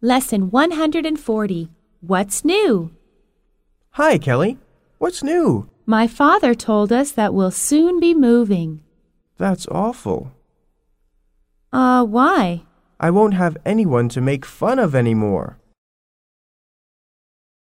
Lesson 140 What's New? Hi, Kelly. What's new? My father told us that we'll soon be moving. That's awful. Uh, why? I won't have anyone to make fun of anymore.